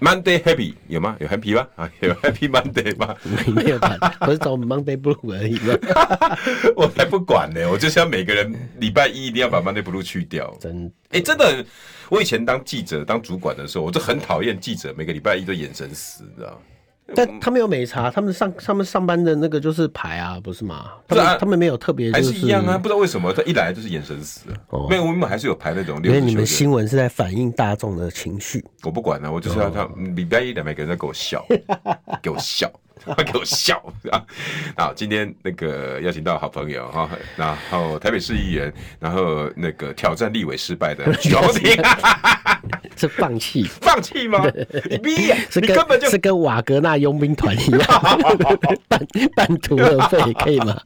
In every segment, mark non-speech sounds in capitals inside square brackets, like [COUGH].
Monday Happy 有吗？有 Happy 吗？啊，有 Happy Monday 吗？ [LAUGHS] 没有吧？我是找 Monday Blue 而已嘛。 [LAUGHS] 我才不管呢、我就是要每个人礼拜一一定要把 Monday Blue 去掉。真哎、真的，我以前当记者、当主管的时候，我就很讨厌记者每个礼拜一都眼神死，你知道吗？但他们有美茶，他们上他们上班的那个就是牌啊，不是吗？他是啊们、他们没有特别、就还是，是一样啊，。不知道为什么他一来就是眼神死了。哦没有，我们还是有排那种因六为日你休们息。新闻是在反映大众的情绪，我不管了、我哦就是要他嗯礼拜一两每个人在给我 [LAUGHS] 笑，给我笑。 [LAUGHS] 给我笑啊！好，今天那个邀请到好朋友哈，然后台北市议员，然后那个挑战立委失败 [LAUGHS] 的 [LAUGHS] 邱婷，是 [LAUGHS] 放弃，放弃 [LAUGHS] 吗？你逼呀、是你跟根本就是跟瓦格纳佣兵团一 [LAUGHS] 样，半半途而废，可以吗？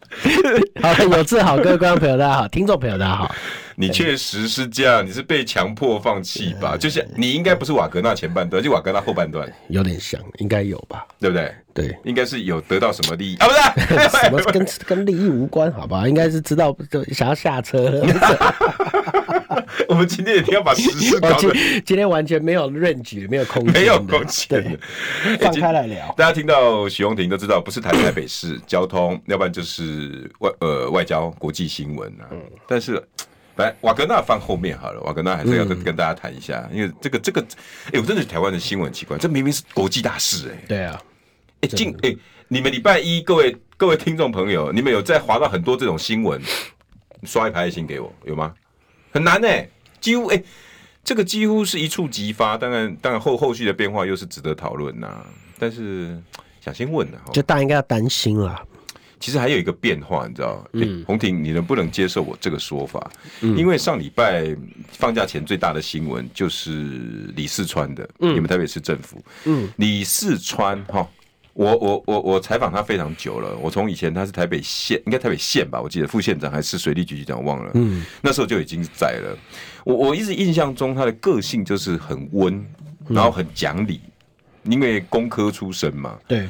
好了，有志好，各位观众朋友大家好，听众朋友大家好，你确实是这样，你是被强迫放弃吧？就是你应该不是瓦格纳前半段，就瓦格纳后半段，有点像，应该有吧？对不对？对。应该是有得到什么利益啊？不是 [LAUGHS] 什么跟跟利益无关，好吧？应该是知道就想要下车了。 [LAUGHS] 我们今天一定要把时事 [LAUGHS] 我搞哦今得今天完全没有 range，没有空间的，没有空间了。对，放开来聊。 [LAUGHS] 大家听到许荣婷都知道，不是谈台北市交通，要不然就是外呃外交国际新闻啊。嗯但是，来瓦格纳放后面好了，瓦格纳还是要嗯跟跟大家谈一下，因为这个这个，哎、我真的觉得台湾的新闻很奇怪，这明明是国际大事哎、对啊，哎、近哎、你们礼拜一各位各位听众朋友，你们有在划到很多这种新闻，刷一排爱心给我有吗？很难哎、几乎哎、这个几乎是一触即发。当然，当然后后续的变化又是值得讨论呐。但是想先问啊，就大家应该要担心啦。其实还有一个变化，你知道？嗯，洪婷，你能不能接受我这个说法？因为上礼拜放假前最大的新闻就是李四川的，你们台北市政府，嗯，李四川哈。我我我我采访他非常久了，我从以前他是台北县，应该台北县吧，我记得副县长还是水利局局长，我忘了。嗯，那时候就已经在了。我我一直印象中他的个性就是很温，然后很讲理，因为工科出身嘛。对，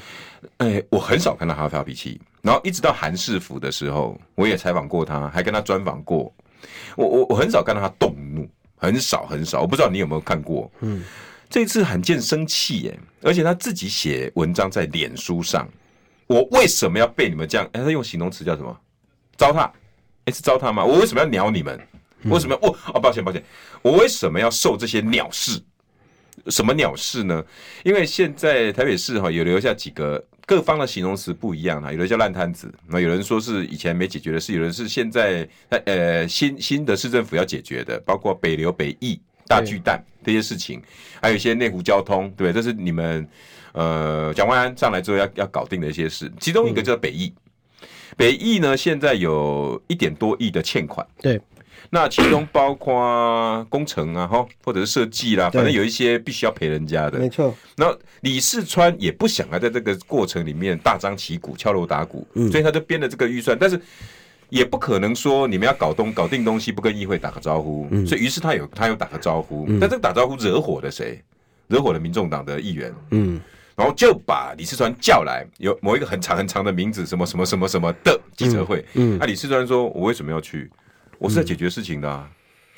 哎、我很少看到他发脾气。然后一直到韩世福的时候，我也采访过他，还跟他专访过。我我我很少看到他动怒，很少很少。我不知道你有没有看过？嗯，这次罕见生气耶，而且他自己写文章在脸书上。我为什么要被你们这样？哎、他用形容词叫什么？糟蹋？哎、是糟蹋吗？我为什么要鸟你们？为什么要我？哦，抱歉抱歉，我为什么要受这些鸟事？什么鸟事呢？因为现在台北市哈有留下几个各方的形容词不一样啊，有人叫烂摊子，那有人说是以前没解决的事，有人是现在呃新新的市政府要解决的，包括北流、北翼、大巨蛋这些事情，还有一些内湖交通，对不对？这是你们呃蒋万安上来之后要要搞定的一些事，其中一个叫北翼。北翼呢，现在有一点多亿的欠款，对，那其中包括工程啊，哈，或者是设计啦，反正对有一些必须要赔人家的。错，然后李世川也不想要在这个过程里面大张旗鼓、敲锣打鼓，所以他就编了这个预算，但是也不可能说你们要搞东搞定东西不跟议会打个招呼，所以于是他有他有打个招呼，但这个打招呼惹火了谁？惹火了民众党的议员，嗯，然后就把李世川叫来，有某一个很长很长的名字，什么什么什么什么的记者会。嗯，那、李世川说：“我为什么要去？我是在解决事情的、啊，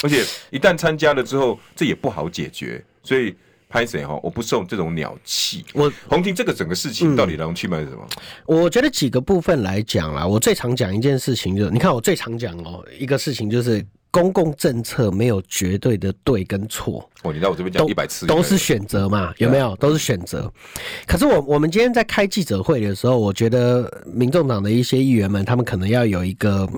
而且一旦参加了之后，这也不好解决，所以拍谁哈，我不受这种鸟气。”我红婷这个整个事嗯情到底来龙去脉是什么？我觉得几个部分来讲啦，我最常讲一件事情就是，你看我最常讲哦，一个事情就是公共政策没有绝对的对跟错，哦，你到我这边讲都一百次都是选择嘛，啊有没有？都是选择。可是我我们今天在开记者会的时候，我觉得民众党的一些议员们，他们可能要有一个，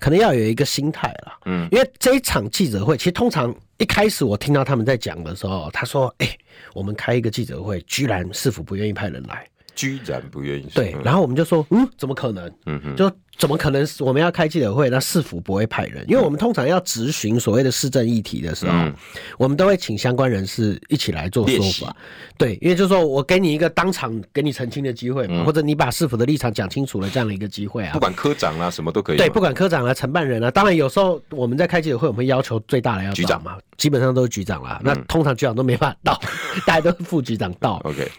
可能要有一个心态啦。嗯，因为这一场记者会，其实通常一开始我听到他们在讲的时候，他说：“哎、我们开一个记者会，居然市府不愿意派人来。”居然不愿意说。对，然后我们就说，嗯，怎么可能？嗯哼，就怎么可能？我们要开记者会，那市府不会派人，因为我们通常要质询所谓的市政议题的时候，我们都会请相关人士一起来做练说习法。对，因为就是说我给你一个当场给你澄清的机会嘛，或者你把市府的立场讲清楚了这样的一个机会啊不。管科长啦、什么都可以嘛。对，不管科长啊、承办人啊，当然有时候我们在开记者会，我们会要求最大的要局长找嘛，基本上都是局长啦。那通常局长都没办法到，大家都是副局长到。 OK，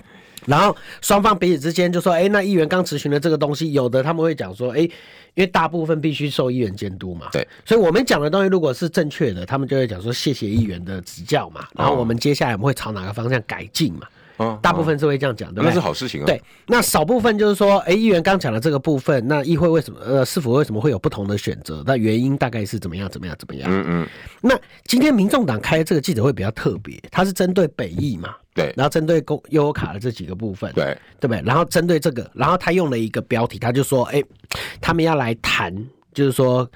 然后双方彼此之间就说：“哎，那议员刚咨询的这个东西，有的他们会讲说，哎，因为大部分必须受议员监督嘛，对，所以我们讲的东西如果是正确的，他们就会讲说谢谢议员的指教嘛，然后我们接下来我们会朝哪个方向改进嘛，哦大部分是会这样讲，对不那对？是好事情啊。对，那少部分就是说，哎，议员刚讲的这个部分，那议会为什么呃，是否为什么会有不同的选择？那原因大概是怎么样？怎么样？怎么样？嗯嗯，那今天民众党开这个记者会比较特别，它是针对北议嘛，对然后针对公优优卡的这几个部分，对，对不对？然后针对这个，然后他用了一个标题，他就说，哎，他们要来谈，就是说，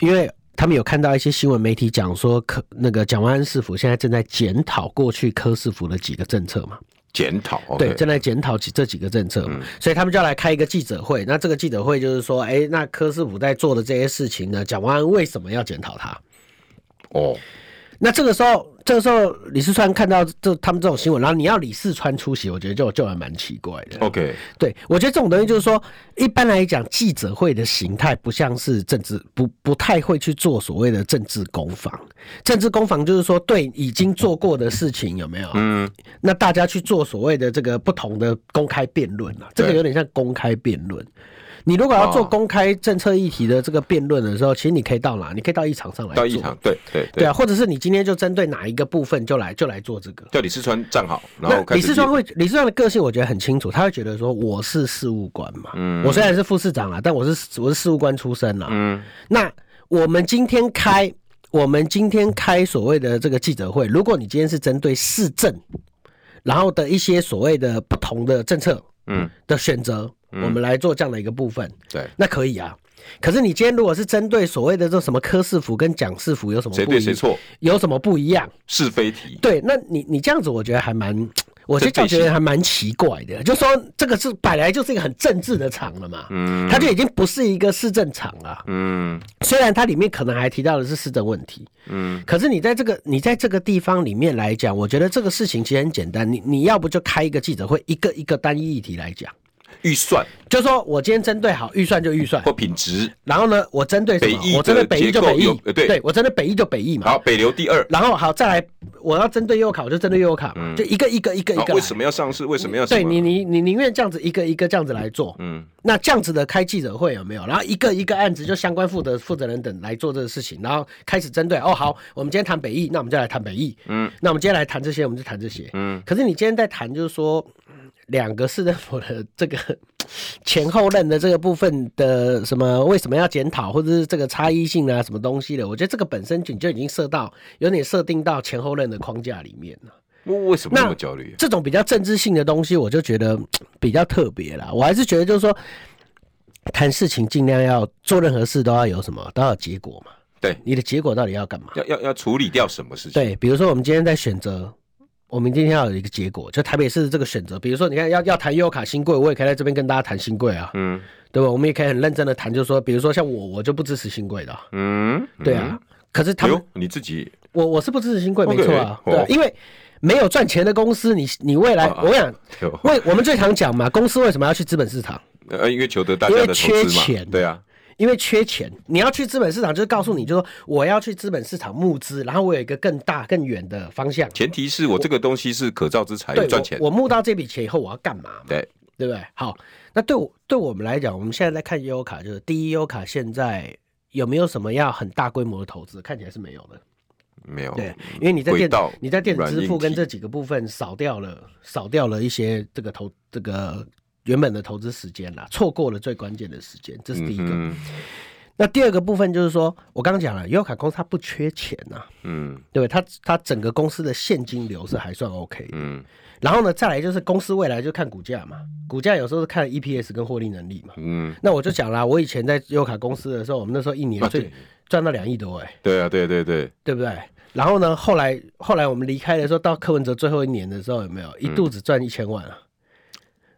因为。他们有看到一些新闻媒体讲说，科那个蒋万安市府现在正在检讨过去科市府的几个政策嘛，检讨。OK 对，正在检讨几这几个政策嘛，所以他们就要来开一个记者会。那这个记者会就是说，哎，那柯师傅在做的这些事情呢，蒋万安为什么要检讨他？哦，那这个时候，这个时候李四川看到这他们这种新闻，然后你要李四川出席，我觉得就就还蛮奇怪的。 OK，对，我觉得这种东西就是说，一般来讲，记者会的形态不像是政治，不不太会去做所谓的政治攻防。政治攻防就是说，对已经做过的事情有没有？嗯，那大家去做所谓的这个不同的公开辩论啊，这个对有点像公开辩论。你如果要做哦公开政策议题的这个辩论的时候，其实你可以到哪？你可以到议场上来做。到一场，对对对啊，，或者是你今天就针对哪一个部分就来就来做这个。叫李四川站好，然那后开李始世列川会，李世川的个性我觉得很清楚，他会觉得说我是事务官嘛，嗯我虽然是副市长啦，但我是我是事务官出身啦。嗯，那我们今天开，我们今天开所谓的这个记者会，如果你今天是针对市政，然后的一些所谓的不同的政策，嗯，的选择，我们来做这样的一个部分，对，那可以啊。可是你今天如果是针对所谓的这什么科市府跟蒋市府有什么谁不对一谁错，有什么不一样？是非题。对，那你你这样子，我觉得还蛮，我这就背觉信得还蛮奇怪的，就说这个是本来就是一个很政治的场了嘛，嗯，它就已经不是一个市政场了。嗯，虽然它里面可能还提到的是市政问题，嗯，可是你在这个你在这个地方里面来讲，我觉得这个事情其实很简单，你你要不就开一个记者会，一个一个单一议题来讲，预算就说我今天针对好预算就预算或，品质，然后呢，我针对什么北艺？我针对的北艺结就构北艺有呃，对我针对北艺就北艺嘛，好，北流第二。然后好，再来，我要针对优卡，我就针对优卡嘛，就一个一个一个一啊个来。为什么要上市？为什么要什么对你，你你宁愿这样子一个一个这样子来做，嗯，那这样子的开记者会有没有？然后一个一个案子就相关负责负责人等来做这个事情，然后开始针对哦，好，我们今天谈北艺，那我们就来谈北艺，嗯，那我们今天来谈这些，我们就谈这些，嗯。可是你今天在谈就是说嗯两个市政府的这个前后任的这个部分的什么为什么要检讨，或者是这个差异性啊什么东西的，我觉得这个本身你就已经设到有点设定到前后任的框架里面了。为为什么那那么焦虑？这种比较政治性的东西，我就觉得嗯比较特别啦。我还是觉得就是说，谈事情尽量要做任何事都要有什么，都要有结果嘛。对你的结果到底要干嘛？ [LAUGHS] 要要要处理掉什么事情？对，比如说我们今天在选择，我们今天要有一个结果，就台北市这个选择。比如说，你看要要谈优卡新贵，我也可以在这边跟大家谈新贵啊，嗯对吧？我们也可以很认真的谈，就是说，比如说像我，我就不支持新贵的啊、嗯，嗯对啊。可是他哎们呦，你自己我我是不支持新贵，没 OK，错啊，对啊哦，因为没有赚钱的公司，你你未来啊，我想有为我们最常讲嘛，公司为什么要去资本市场？呃，因为求得大家的投因为资缺嘛，钱对啊，因为缺钱，你要去资本市场，就是告诉你，就说我要去资本市场募资，然后我有一个更大、更远的方向。前提是我这个东西是可造之材，有对，我赚钱，我募到这笔钱以后，我要干嘛嘛？对，对不对？好，那对我对我们来讲，我们现在在看优卡，就是第一优卡现在有没有什么要很大规模的投资？看起来是没有的。没有对，因为你在轨电道你在电子软支硬付跟体这几个部分少掉了少掉了一些这个投这个原本的投资时间啦，错过了最关键的时间，这是第一个。嗯那第二个部分就是说，我刚刚讲了，优卡公司它不缺钱呐、嗯对不对？它它整个公司的现金流是还算 OK 的。嗯然后呢，再来就是公司未来就看股价嘛，股价有时候是看 EPS 跟获利能力嘛。嗯，那我就讲啦，我以前在优卡公司的时候，我们那时候一年啊最对赚到两亿多哎、对啊，对对对，对不对？然后呢，后来嗯后来我们离开的时候，到柯文哲最后一年的时候，有没有一肚子赚一千万啊？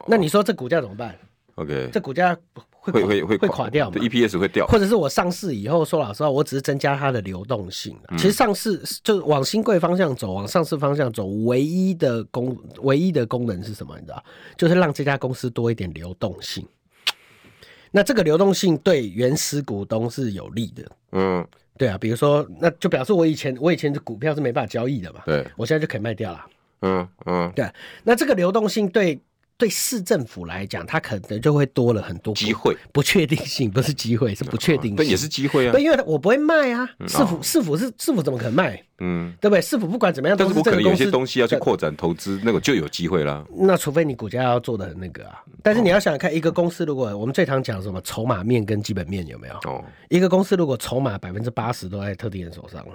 那你说这股价怎么办？ OK，这股价会会会会垮掉嘛对？，EPS 会掉。或者是我上市以后，说老实话，我只是增加它的流动性啊、嗯其实上市就是往新贵方向走，往上市方向走，唯一的功唯一的功能是什么？你知道，就是让这家公司多一点流动性。那这个流动性对原始股东是有利的，嗯，对啊，比如说，那就表示我以前我以前的股票是没办法交易的嘛，对，我现在就可以卖掉了。嗯嗯，对啊、那这个流动性对对市政府来讲，它可能就会多了很多不机会，不确定性，不是机会，是不确定性。但也是机会啊对，。因为我不会卖啊，市府哦市府是市府怎么可能卖？嗯，对不对？市府不管怎么样，但都是我这可个能有公一司些东西要去对扩展投资，那个就有机会啦。那除非你股价要做的很那个啊，但是你要想想看，一个公司如果我们最常讲什么筹码面跟基本面有没有？哦，一个公司如果筹码百分之八十都在特定人手上，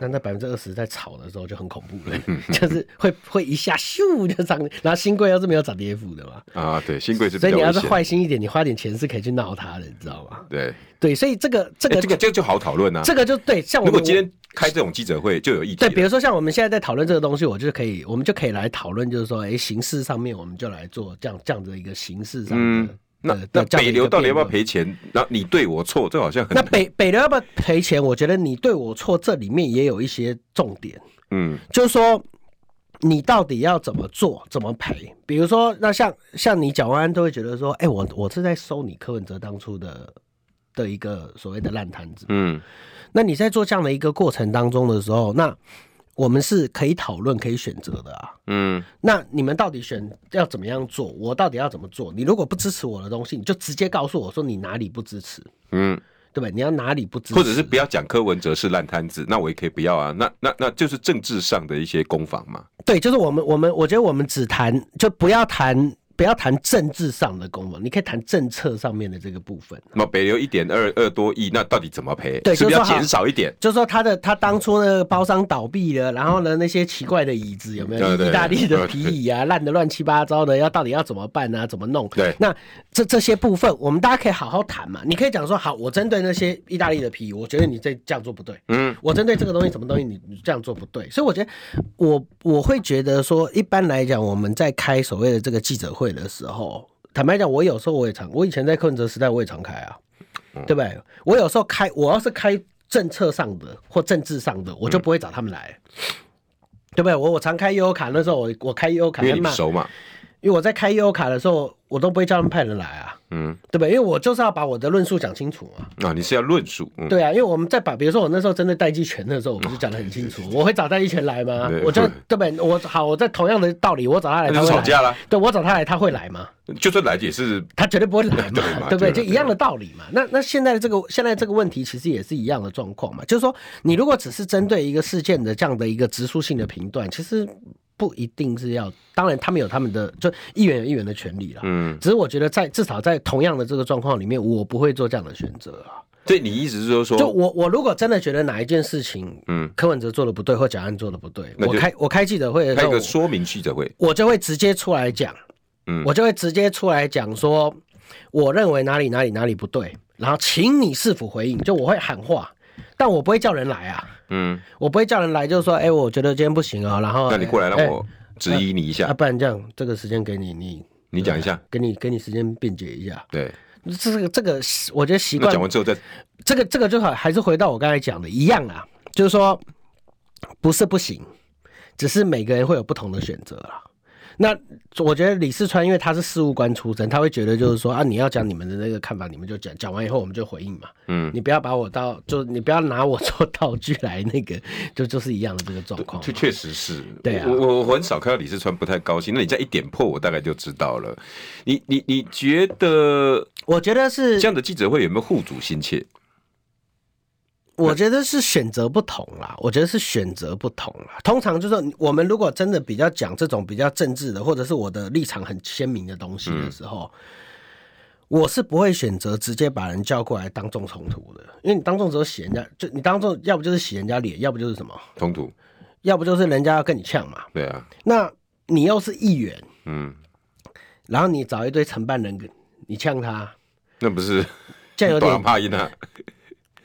那那百分之二十在炒的时候就很恐怖 [LAUGHS] 了，就是会会一下咻就上，然后新贵又是没有涨跌幅的嘛，啊，对，新贵是比所以较你要危是险。坏心一点，你花点钱是可以去闹他的，你知道吗？对，对，所以这个这哎，个这个这个就好讨论啊。这个就对， [LAUGHS] 像我如们果今天开这种记者会，就有意对，见。比如说像我们现在在讨论这个东西，我就可以，我们就可以来讨论，就是说，哎，形式上面我们就来做这样这样的一个形式上的。嗯那的那这样的北一流个到底要不要辩论赔钱？那你对我错，这好像很那北北流要不要赔钱？我觉得你对我错，这里面也有一些重点，嗯就是说你到底要怎么做，怎么赔。比如说，那像像你蒋万安都会觉得说，哎，我我是在收你柯文哲当初的的一个所谓的烂摊子。嗯那你在做这样的一个过程当中的时候，那我们是可以讨论、可以选择的啊。嗯那你们到底选要怎么样做？我到底要怎么做？你如果不支持我的东西，你就直接告诉我说你哪里不支持，嗯，对吧？你要哪里不支持，或者是不要讲柯文哲是烂摊子，那我也可以不要啊。那那那就是政治上的一些攻防嘛。对，就是我们我们我觉得我们只谈就不要谈不要谈政治上的公文，你可以谈政策上面的这个部分。那北流一点二二多亿，那到底怎么赔？对是不是就是要说好减少一点？就说他的他当初呢包商倒闭了，然后呢那些奇怪的椅子有没有嗯对对意大利的对皮椅啊，烂的乱七八糟的，要到底要怎么办啊？怎么弄？对那这这些部分我们大家可以好好谈嘛。你可以讲说，好，我针对那些意大利的皮椅，我觉得你这这样做不对。嗯，我针对这个东西什么东西你你这样做不对，所以我觉得我我会觉得说，一般来讲我们在开所谓的这个记者会的时候，坦白讲，我有时候我也常，我以前在柯文哲时代我也常开啊，嗯对不对？我有时候开，我要是开政策上的或政治上的，嗯我就不会找他们来。对不对？我我常开 U 卡，那时候我我开 U 卡因在为你骂们，熟嘛。因为我在开 U 卡的时候，我都不会叫他们派人来啊，嗯，对不对？因为我就是要把我的论述讲清楚嘛。啊，你是要论述。嗯，对啊，因为我们在把，比如说我那时候针对戴季全的时候，我不是讲的很清楚，我会找戴季全来吗嗯对？我就会对不对？我好，我在同样的道理，我找他来，那他就会吵来。架啦。对我找他来，他会来吗？就算来也是他绝对不会来嘛， [LAUGHS] 对对嘛不对对？嘛就一样的道理嘛。那那现在的这个现在这个问题，其实也是一样的状况嘛，就是说，你如果只是针对一个事件的这样的一个直述性的评断，其实不一定是要。当然，他们有他们的，就议员有议员的权利啦。嗯，只是我觉得在至少在同样的这个状况里面，我不会做这样的选择啊。对你意思是说就说，我我如果真的觉得哪一件事情，哦嗯嗯，柯文哲做的不对，或蒋安做的不对，那就我开我开记者会的时开一候，个说明记者会。我就会直接出来讲，嗯我就会直接出来讲说，我认为哪里哪里哪里不对，然后请你是否回应，就我会喊话，但我不会叫人来啊，嗯，我不会叫人来，就是说，哎、我觉得今天不行啊，然后那你过来让哎我质疑你一哎啊，哎下，不然这样，这个时间给你，你你讲一下。给你给你时间辩解一下，对，这个这个我觉得习那惯讲完之后再这个这个就好，还是回到我刚才讲的一样啦，就是说不是不行，只是每个人会有不同的选择啦。那我觉得李四川，因为他是事务官出身，他会觉得就是说啊，你要讲你们的那个看法，你们就讲，讲完以后我们就回应嘛。嗯，你不要把我当就你不要拿我做道具来那个，就就是一样的这个状况嘛。确确实是，啊对啊我我我很少看到李四川不太高兴。那你这样一点破，我大概就知道了。你你你觉得我觉得是这，样的记者会有没有护主心切？我觉得是选择不同啦，我觉得是选择不同啦。通常就是说我们如果真的比较讲这种比较政治的，或者是我的立场很鲜明的东西的时候，我是不会选择直接把人叫过来当众冲突的，因为你当众只有洗人家，就你当众要不就是洗人家脸，要不就是什么，冲突？要不就是人家要跟你呛嘛。对啊，那你又是议员，嗯，然后你找一堆承办人，你呛他，那不是 [LAUGHS] 这样有短点怕音啊？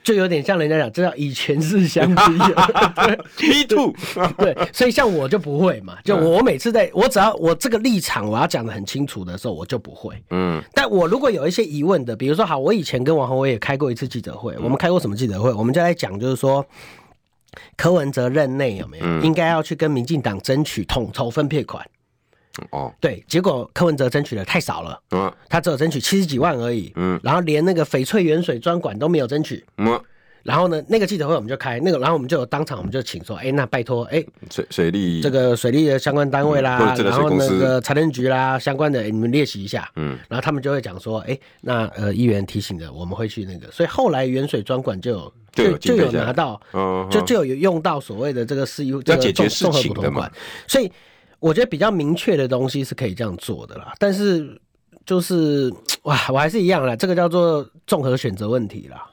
就有点像人家讲，这叫以权势相逼啊。对 Me too， [LAUGHS] [LAUGHS] 对，所以像我就不会嘛，就嗯我每次在我只要我这个立场我要讲的很清楚的时候，我就不会。嗯但我如果有一些疑问的，比如说，好，我以前跟王宏威也开过一次记者嗯会，我们开过什么记者会？我们就在讲，就是说。柯文哲任内有没嗯有应该要去跟民进党争取统筹分配款？哦，对，结果柯文哲争取的太少了，嗯他只有争取七十几万而已，嗯然后连那个翡翠原水专管都没有争取。嗯，然后呢，那个记者会我们就开那个，然后我们就有当场我们就请说，哎，那拜托，哎，水水利这个水利的相关单位嗯或啦者，这个然水后公那司个财政局啦，相关的诶你们列习一下。嗯，然后他们就会讲说，哎，那呃议员提醒的，我们会去那个。所以后来原水专管就有就有就经费有下来拿到，嗯就嗯就有用到所谓的这个事务这个解决综事综合情普的通嘛管。所以我觉得比较明确的东西是可以这样做的啦，但是。就是哇，我还是一样啦，这个叫做综合选择问题啦。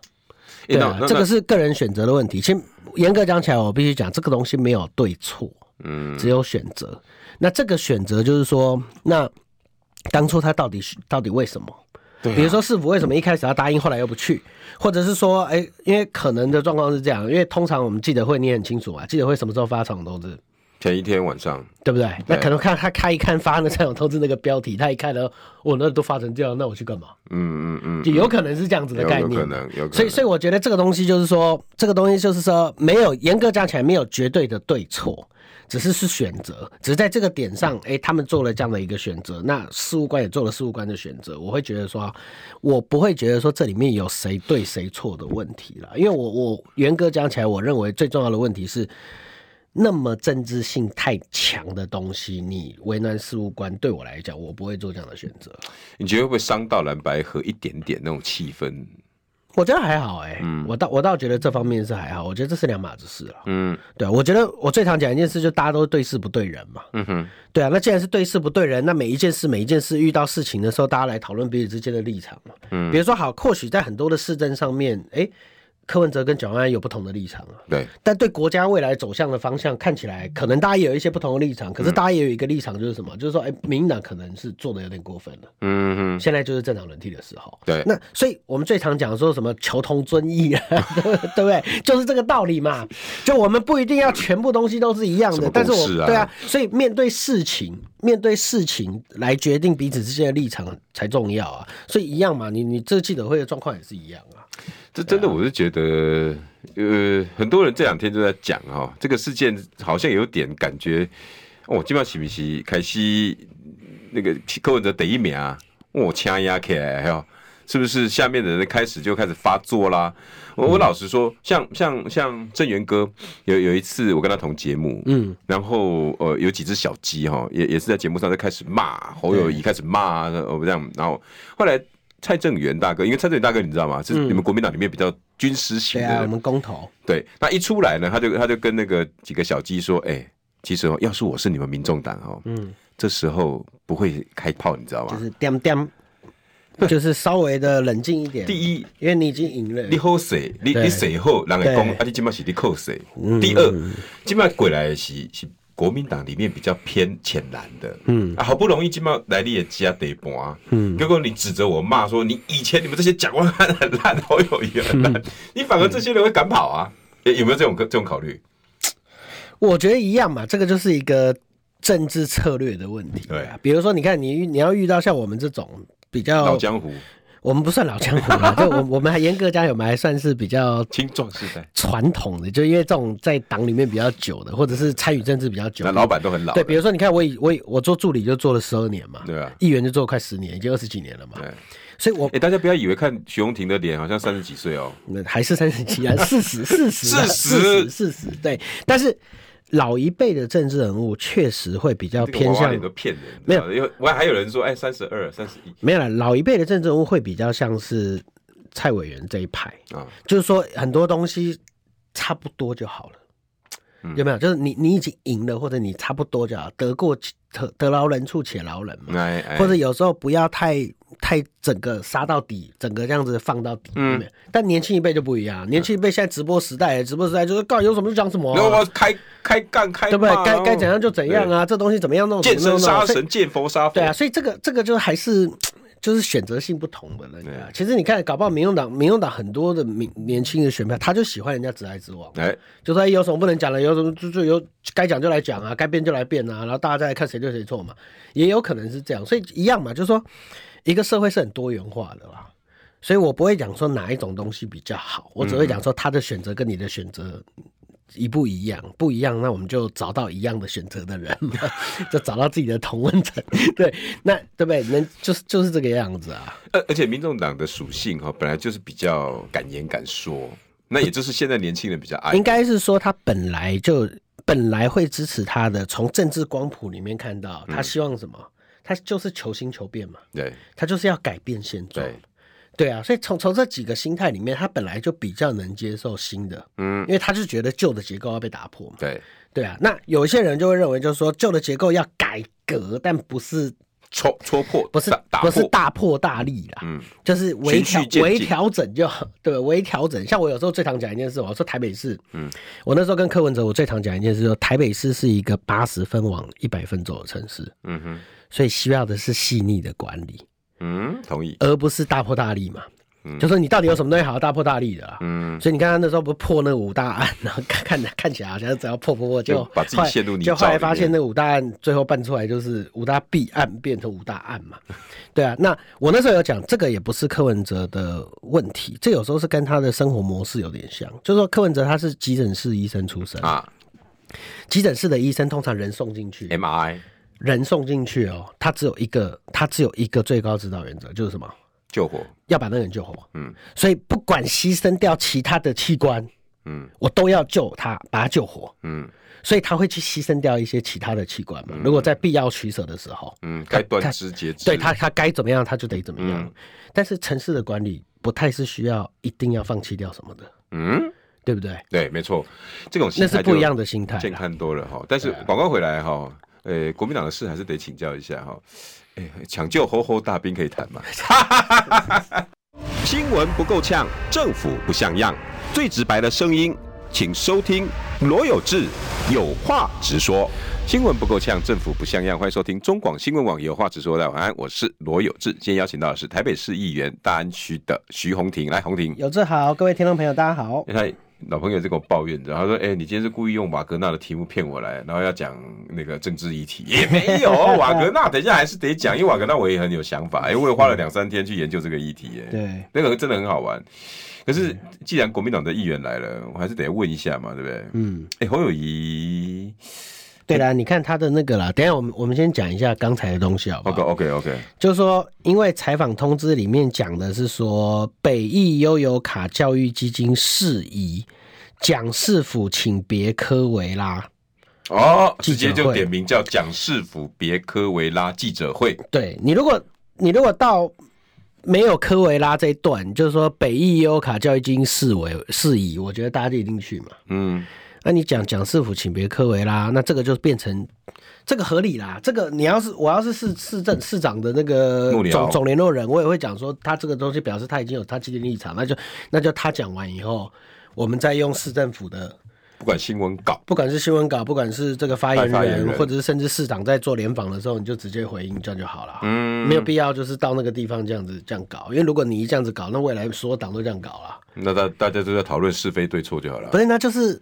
诶对哎那啊，那这个那是个人选择的问题。其实严格讲起来，我必须讲这个东西没有对错，嗯只有选择。那这个选择就是说，那当初他到底是到底为什么？对啊比如说市府为什么一开始要答应，后来又不去，或者是说，哎、因为可能的状况是这样，因为通常我们记者会你也很清楚啊嘛，记者会什么时候发场投资，前一天晚上，对不对？那对可能看他看一看发那场投资那个标题，他一看呢，我那都发成这样，那我去干嘛？嗯嗯嗯，就有可能是这样子的有概有念，可能，有可能，所以，所以我觉得这个东西就是说，这个东西就是说，没有严格讲起来，没有绝对的对错，只是是选择，只是在这个点上，嗯哎、他们做了这样的一个选择，那事务官也做了事务官的选择，我会觉得说，我不会觉得说这里面有谁对谁错的问题了，因为我我严格讲起来，我认为最重要的问题是。那么政治性太强的东西，你为难事务官，对我来讲，我不会做这样的选择。你觉得会不会伤到蓝白河一点点那种气氛？我觉得还好哎、我倒我倒觉得这方面是还好，我觉得这是两码子事了。嗯对，我觉得我最常讲一件事，就大家都对事不对人嘛。嗯哼，对啊，那既然是对事不对人，那每一件事每一件事遇到事情的时候，大家来讨论彼此之间的立场嘛。嗯，比如说好，或许在很多的市政上面，哎，柯文哲跟蒋万安有不同的立场啊，对，但对国家未来走向的方向看起来，可能大家也有一些不同的立嗯场，可是大家也有一个立场就是什么，就是说，哎，民进党可能是做的有点过分了。嗯哼，现在就是政党轮替的时候。对那所以我们最常讲说什么求同尊异 [LAUGHS] 啊，对不对？就是这个道理嘛。就我们不一定要全部东西都是一样什的，么但是我公式啊对啊，所以面对事情，面对事情来决定彼此之间的立场才重要啊。所以一样嘛，你你这记者会的状况也是一样啊。这真的我是觉得，呃，很多人这两天都在讲哈、这个事件好像有点感觉，哦，基本上是不是凯西那个柯文哲第一名啊？我掐压起来哦，是不是下面的人开始就开始发作啦？我嗯我老实说，像像像郑源哥，有有一次我跟他同节目，嗯，然后呃有几只小鸡哈，也也是在节目上就开始骂侯友谊，开始骂呃这样，然后后来蔡正元大哥，因为蔡正元大哥你知道吗？是你们国民党里面比较军师型嗯对的啊，我人，们公投，对，那一出来呢，他就他就跟那个几个小鸡说，哎、其实哦，要是我是你们民众党哦，嗯，这时候不会开炮，你知道就吗？是点点，就是稍微的冷静一点。第一，一，因为你已经赢了你。好水，你对你水后，人会讲对啊，你今麦是你扣水嗯。第二，今麦过来的是是国民党里面比较偏浅蓝的，嗯，啊，好不容易今麦来你的家得半，嗯，结果你指着我骂说你以前你们这些蒋万安很烂，侯友谊很嗯烂，你反而这些人会赶跑啊？有有没有这种这种考虑？我觉得一样嘛，这个就是一个政治策略的问题。啊对，比如说，你看你遇你要遇到像我们这种比老较，江湖，我们不算老江湖啦，就 [LAUGHS] 我我们还严格讲，我们还算是比较青壮世代，传统的，就因为这种在党里面比较久的，或者是参与政治比较久那的，老板都很老对，了，比如说你看我以我以我做助理就做了十二年嘛，对啊议员就做了快十年，已经二十几年了嘛对，，所以我哎，大家不要以为看徐荣婷的脸好像三十几岁哦，嗯还是三十七 [LAUGHS] 啊，四十，四十， 40四十，对。但是老一辈的政治人物确实会比较这个偏娃娃向脸都骗人，没有有，因为我还有人说，哎，三十二、三十一没有啦，老一辈的政治人物会比较像是蔡委员这一派，啊，就是说很多东西差不多就好了，嗯有没有？就是你你已经赢了，或者你差不多就好，得过且得得饶人处且饶人嘛，哎哎，或者有时候不要太太整个杀到底，整个这样子放到底，嗯有没有？但年轻一辈就不一样，年轻一辈现在直播时代，直播时代就是告有什么就讲什么然后啊、我开开干开骂，哦对不对？该然后该怎样就怎样啊，这东西怎么样弄，见怎么神弄杀啊所以神，见佛杀佛，对啊，所以这个这个就还是就是选择性不同的人啊。其实你看，搞不好民众党，民众党很多的民年轻的选票，他就喜欢人家直来直往，哎，就说哎有什么不能讲的，有什么就就有该讲就来讲啊，该变就来变啊，然后大家再来看谁对谁错嘛，也有可能是这样，所以一样嘛，就是说一个社会是很多元化的啦。所以我不会讲说哪一种东西比较好，我只会讲说他的选择跟你的选择一不一样，不一样，那我们就找到一样的选择的人嘛，就找到自己的同温层。对，那对不对？那就是就是这个样子啊。而而且民众党的属性哈、本来就是比较敢言敢说，那也就是现在年轻人比较爱应。该是说他本来就本来会支持他的，从政治光谱里面看到嗯他希望什么，他就是求新求变嘛，对他就是要改变现状对。对啊，所以从从这几个心态里面，他本来就比较能接受新的，嗯，因为他就觉得旧的结构要被打破嘛。对，对啊，那有一些人就会认为，就是说旧的结构要改革，但不是戳戳破不是打打不是破，大破大立啦，嗯，就是微调循序渐进微调整就好，对微调整。像我有时候最常讲一件事，我说台北市，嗯，我那时候跟柯文哲，我最常讲一件事，说台北市是一个八十分往一百分走的城市，嗯哼，所以需要的是细腻的管理，嗯，同意，而不是大破大立嘛。就说你到底有什么东西好大破大立的、啊？嗯，所以你看他那时候不是破那五大案，然后看看看起来好像只要破破破，就把自己陷入泥沼就后来发里现面那五大案最后办出来就是五大弊案变成五大案嘛，对啊。那我那时候有讲，这个也不是柯文哲的问题，这有时候是跟他的生活模式有点像，就是说柯文哲他是急诊室医生出身，啊急诊室的医生通常人送进去， ，MRI 人送进去哦，他只有一个，他只有一个最高指导原则，就是什么？救火，要把那个人救活。嗯，所以不管牺牲掉其他的器官，嗯，我都要救他，把他救活。嗯所以他会去牺牲掉一些其他的器官嘛？如果在必要取舍的时候，嗯，该断肢截肢，对他他该怎么样他就得怎么嗯样。但是城市的管理不太是需要一定要放弃掉什么的，嗯，对不对？对，没错，这种心那态是不一就样的心态啦。啊健康多了哈。但是广告回来哈，呃，国民党的事还是得请教一下哈。哎，抢救吼吼大兵可以谈吗？ [LAUGHS] 新闻不够呛，政府不像样，最直白的声音，请收听罗有志有话直说。新闻不够呛，政府不像样，欢迎收听中广新闻网有话直说。大家晚安，我是罗有志。今天邀请到的是台北市议员大安区的徐宏庭，来，宏庭。有志好，各位听众朋友，大家好。因为他老朋友在跟我抱怨着，他说：“哎、你今天是故意用瓦格纳的题目骗我来，然后要讲那个政治议 [LAUGHS] 题，也没有瓦格纳，等一下还是得讲，因为瓦格纳我也很有想法，哎、我也花了两三天去研究这个议题、哎，对，嗯那个真的很好玩。可是既然国民党的议员来了，我还是得问一下嘛，对不对？嗯，哎、侯友谊对啦，你看他的那个啦，等一下我们我们先讲一下刚才的东西好不好？ ，OK OK OK，就是说，因为采访通知里面讲的是说，北艺悠游卡教育基金事宜，蒋市府请别科维拉。哦，记直接者就会点名叫蒋市府别科维拉记者会，对你，如果你如果到没有科维拉这一段，就是说北艺悠游卡教育基金事为事宜，我觉得大家就一定去嘛。嗯，那你讲蒋市府请别科维拉，那这个就变成这个合理啦。这个你要是我要是市市政市长的那个幕僚总总联络人，我也会讲说他这个东西表示他已经有他既定立场，那就那就他讲完以后，我们再用市政府的。不管新闻稿，不管是新闻稿，不管是这个发言人，发言人或者是甚至市长在做联访的时候，你就直接回应，这样就好了。嗯没有必要就是到那个地方这样子这样搞，因为如果你一这样子搞，那未来所有党都这样搞了。那大大家都在讨论是非对错就好了不，是，那就是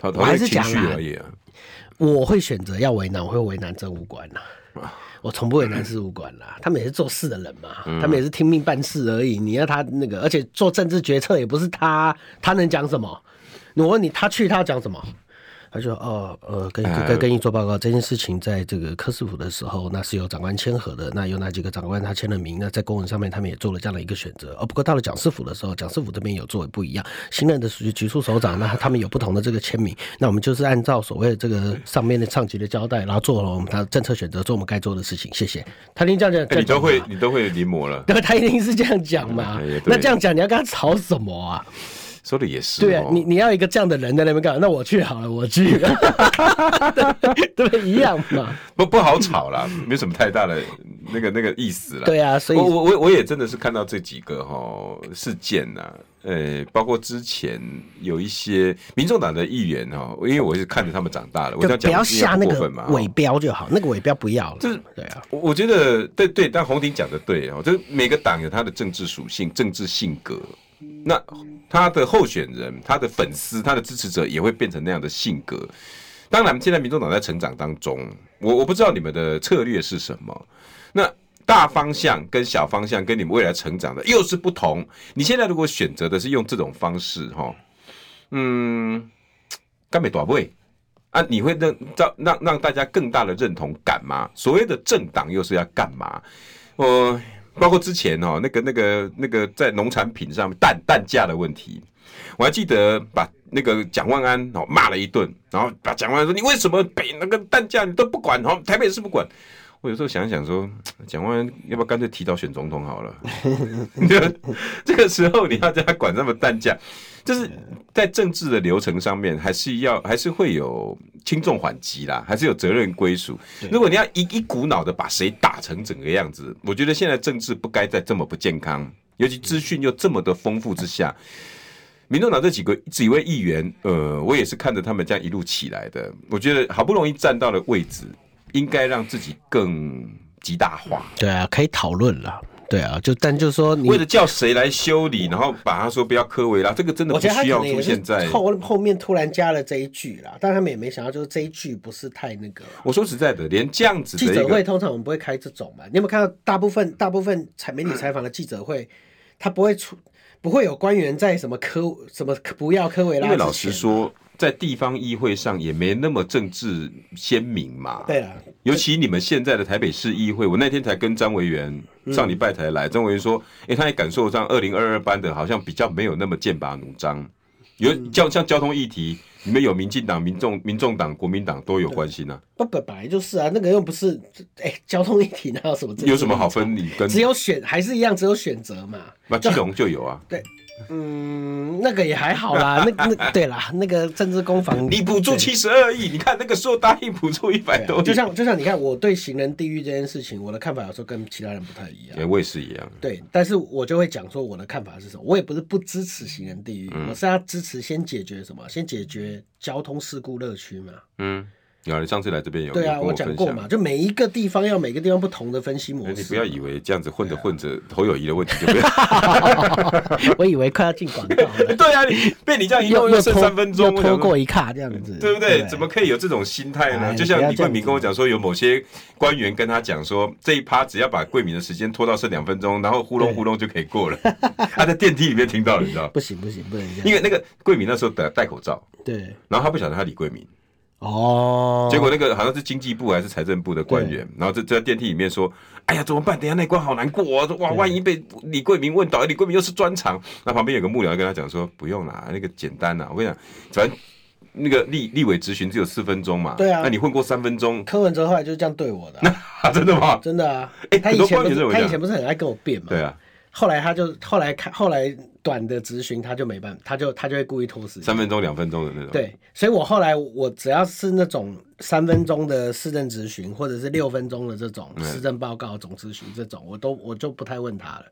讨讨我还论是情讲绪啦而已、啊。”我会选择要为难，我会为难政务官呐、我从不为难事务官啦、他们也是做事的人嘛，他们也是听命办事而已。你要他那个，而且做政治决策也不是他，他能讲什么？我问你，他去他要讲什么？他就说：“哦，呃，跟哎跟跟你做报告，这件事情在这个科斯府的时候，那是由长官签合的，那有哪几个长官他签了名？那在公文上面他们也做了这样的一个选择。哦，不过到了蒋师府的时候，蒋师府这边有做不一样，新任的局局处首长，那他们有不同的这个签名。那我们就是按照所谓的这个上面的上级的交代，然后做了我们他的政策选择，做我们该做的事情。谢谢。他连这样讲，哎，你都这样会讲，嘛你都会临摹了，对，他一定是这样讲嘛哎也。对那这样讲，你要跟他吵什么啊？说的也是、哦。对啊，你你要一个这样的人在那边干嘛，那我去好了，我去， [LAUGHS] 对对，一样嘛。不不好吵啦，没什么太大的那个那个意思了。对啊，所以我我我我也真的是看到这几个哈事件呐、呃，包括之前有一些民众党的议员哈，因为我是看着他们长大的，我这样就不讲要是下那过个分嘛。哦尾齁标就好，那个尾标不要了。就是对啊，我我觉得对对，但红婷讲的对哦，就是每个党有他的政治属性、政治性格，那他的候选人、他的粉丝、他的支持者也会变成那样的性格。当然，现在民众党在成长当中，我我不知道你们的策略是什么。那大方向跟小方向跟你们未来成长的又是不同。你现在如果选择的是用这种方式，哈，嗯，干美短位啊，你会让让让让大家更大的认同感吗？所谓的政党又是要干嘛？呃，包括之前哦，那个那个那个在农产品上面蛋蛋价的问题，我还记得把那个蒋万安哦骂了一顿，然后把蒋万安说你为什么北那个蛋价你都不管哦，台北市不管。我有时候想一想说，蒋万安要不要干脆提早选总统好了？ [LAUGHS] 这个时候你要叫他管那么蛋价，就是在政治的流程上面，还是要还是会有轻重缓急啦，还是有责任归属。如果你要一一股脑的把谁打成整个样子，我觉得现在政治不该再这么不健康，尤其资讯又这么的丰富之下。民众党这几个几位议员，呃，我也是看着他们这样一路起来的。我觉得好不容易站到了位置，应该让自己更极大化。对啊，可以讨论了。对啊，就但就是说你为了叫谁来修理，然后把他说不要科维拉，这个真的我不觉得他需可要能也出是现在。后后面突然加了这一句啦，但他们也没想到，就是这一句不是太那个。我说实在的，连这样子记的一者个会通常我们不会开这种嘛，你有没有看到大部分大部分采媒体采访的记者会，他不会出不会有官员在什么科什么科不要科维拉因之为前老实，说，在地方议会上也没那么政治鲜明嘛。对啊，尤其你们现在的台北市议会，我那天才跟张维元上礼拜才来，张维元说，哎、他也感受上二零二二班的好像比较没有那么剑拔弩张，有嗯像像交通议题，你们有民进党、民众、民众党、国民党都有关心啊，不本本来就是啊，那个又不是哎、交通一体哪有什么政治有什么好分离跟只有选还是一样，只有选择嘛。那基隆就有啊。嗯，那个也还好 [LAUGHS] 啦，那那对啦，那个政治攻防你补助对啊七十二亿，你看那个时候答应补助一百多亿，就像就像你看，我对行人地狱这件事情，我的看法有时候跟其他人不太一样。哎我也是一样。对，但是我就会讲说我的看法是什么。我也不是不支持行人地狱，嗯我是要支持先解决什么？先解决交通事故乐区嘛。嗯，有啊，你上次来这边有对有啊，跟我讲分过享嘛，就每一个地方要每个地方不同的分析模哎式。你不要以为这样子混着混着啊侯友谊的问题就没有。，我以为快要进广告了 [LAUGHS] 对啊，你被你这样一弄又又又剩拖三分钟，又我想拖说过一卡这样子，对不对？怎么可以有这种心态哎呢？你就不像要李这桂样敏子跟我讲说，有某些官员跟他讲说，这一趴只要把桂敏的时间拖到剩两分钟，然后呼隆呼隆就可以过 [LAUGHS] 了。他在电梯里面听到，你知道？不行不行不能这因样？为那个桂敏那时候戴戴口罩，对然后他不晓得他李桂敏，哦，结果那个好像是经济部还是财政部的官员，然后就就在电梯里面说：“哎呀，怎么办？等一下那一关好难过哦！哇，万一被李桂明问倒，李桂明又是专长。”那旁边有个幕僚跟他讲说：“不用啦，那个简单啦，我跟你讲，反正那个立立委质询只有四分钟嘛，对啊那你混过三分钟， [LAUGHS] 柯文哲后来就这样对我的啊、啊、真的吗？真的啊，哎他很以多前官不员是都有他这以样前不是很爱跟我辩嘛，对啊，后来他就后来看后来短的咨询他就没办法，他就他就会故意拖时间。三分钟、两分钟的那种。，对，所以我后来我只要是那种三分钟的市政咨询，或者是六分钟的这种市政报告、总咨询这种，我都我就不太问他了。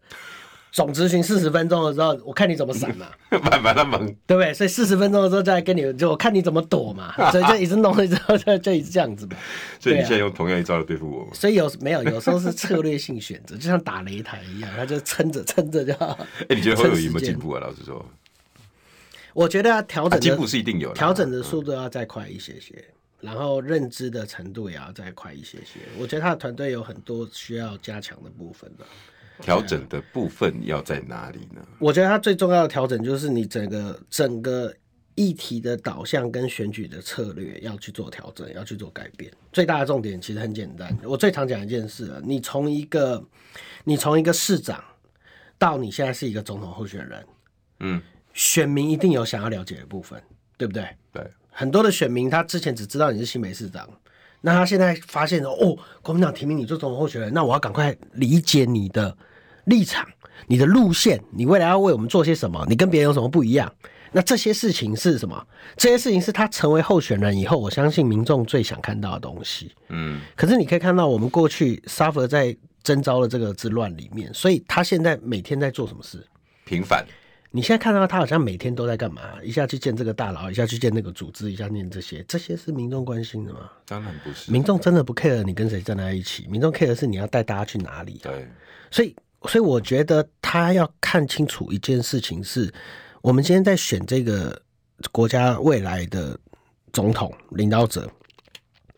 总咨询四十分钟的时候，我看你怎么闪嗯 [LAUGHS] 嘛，慢慢他们对不对？所以四十分钟的时候再来跟你，就我看你怎么躲嘛，所以就一直弄了之后就就一直这样子嘛。所以你对啊现在用同样一招来对付我吗？所以有没有有时候是策略性选择，就像打擂台一样，他就撑着撑着就好。哎、你觉得侯友谊有没有趁时间进步啊？老实说，我觉得啊调啊整进的步是一定有啦调整的速度要再快一些些，然后认知的程度也要再快一些些。我觉得他的团队有很多需要加强的部分的。啊调整的部分要在哪里呢？我觉得他最重要的调整就是你整个整个议题的导向跟选举的策略要去做调整，要去做改变。最大的重点其实很简单，我最常讲一件事啊，你从一个你从一个市长到你现在是一个总统候选人，嗯，选民一定有想要了解的部分，对不对？对，很多的选民他之前只知道你是新北市长，那他现在发现说，哦，国民党提名你做总统候选人，那我要赶快理解你的立场、你的路线，你未来要为我们做些什么，你跟别人有什么不一样？那这些事情是什么？这些事情是他成为候选人以后，我相信民众最想看到的东西。嗯，可是你可以看到，我们过去 suffer 在征召了这个之乱里面，所以他现在每天在做什么事？平反，你现在看到他好像每天都在干嘛？一下去见这个大佬，一下去见那个组织，一下念这些，这些是民众关心的吗？当然不是。民众真的不 care 你跟谁站在一起，民众 care 的是你要带大家去哪里、啊。对，所以，所以我觉得他要看清楚一件事情是，我们今天在选这个国家未来的总统领导者，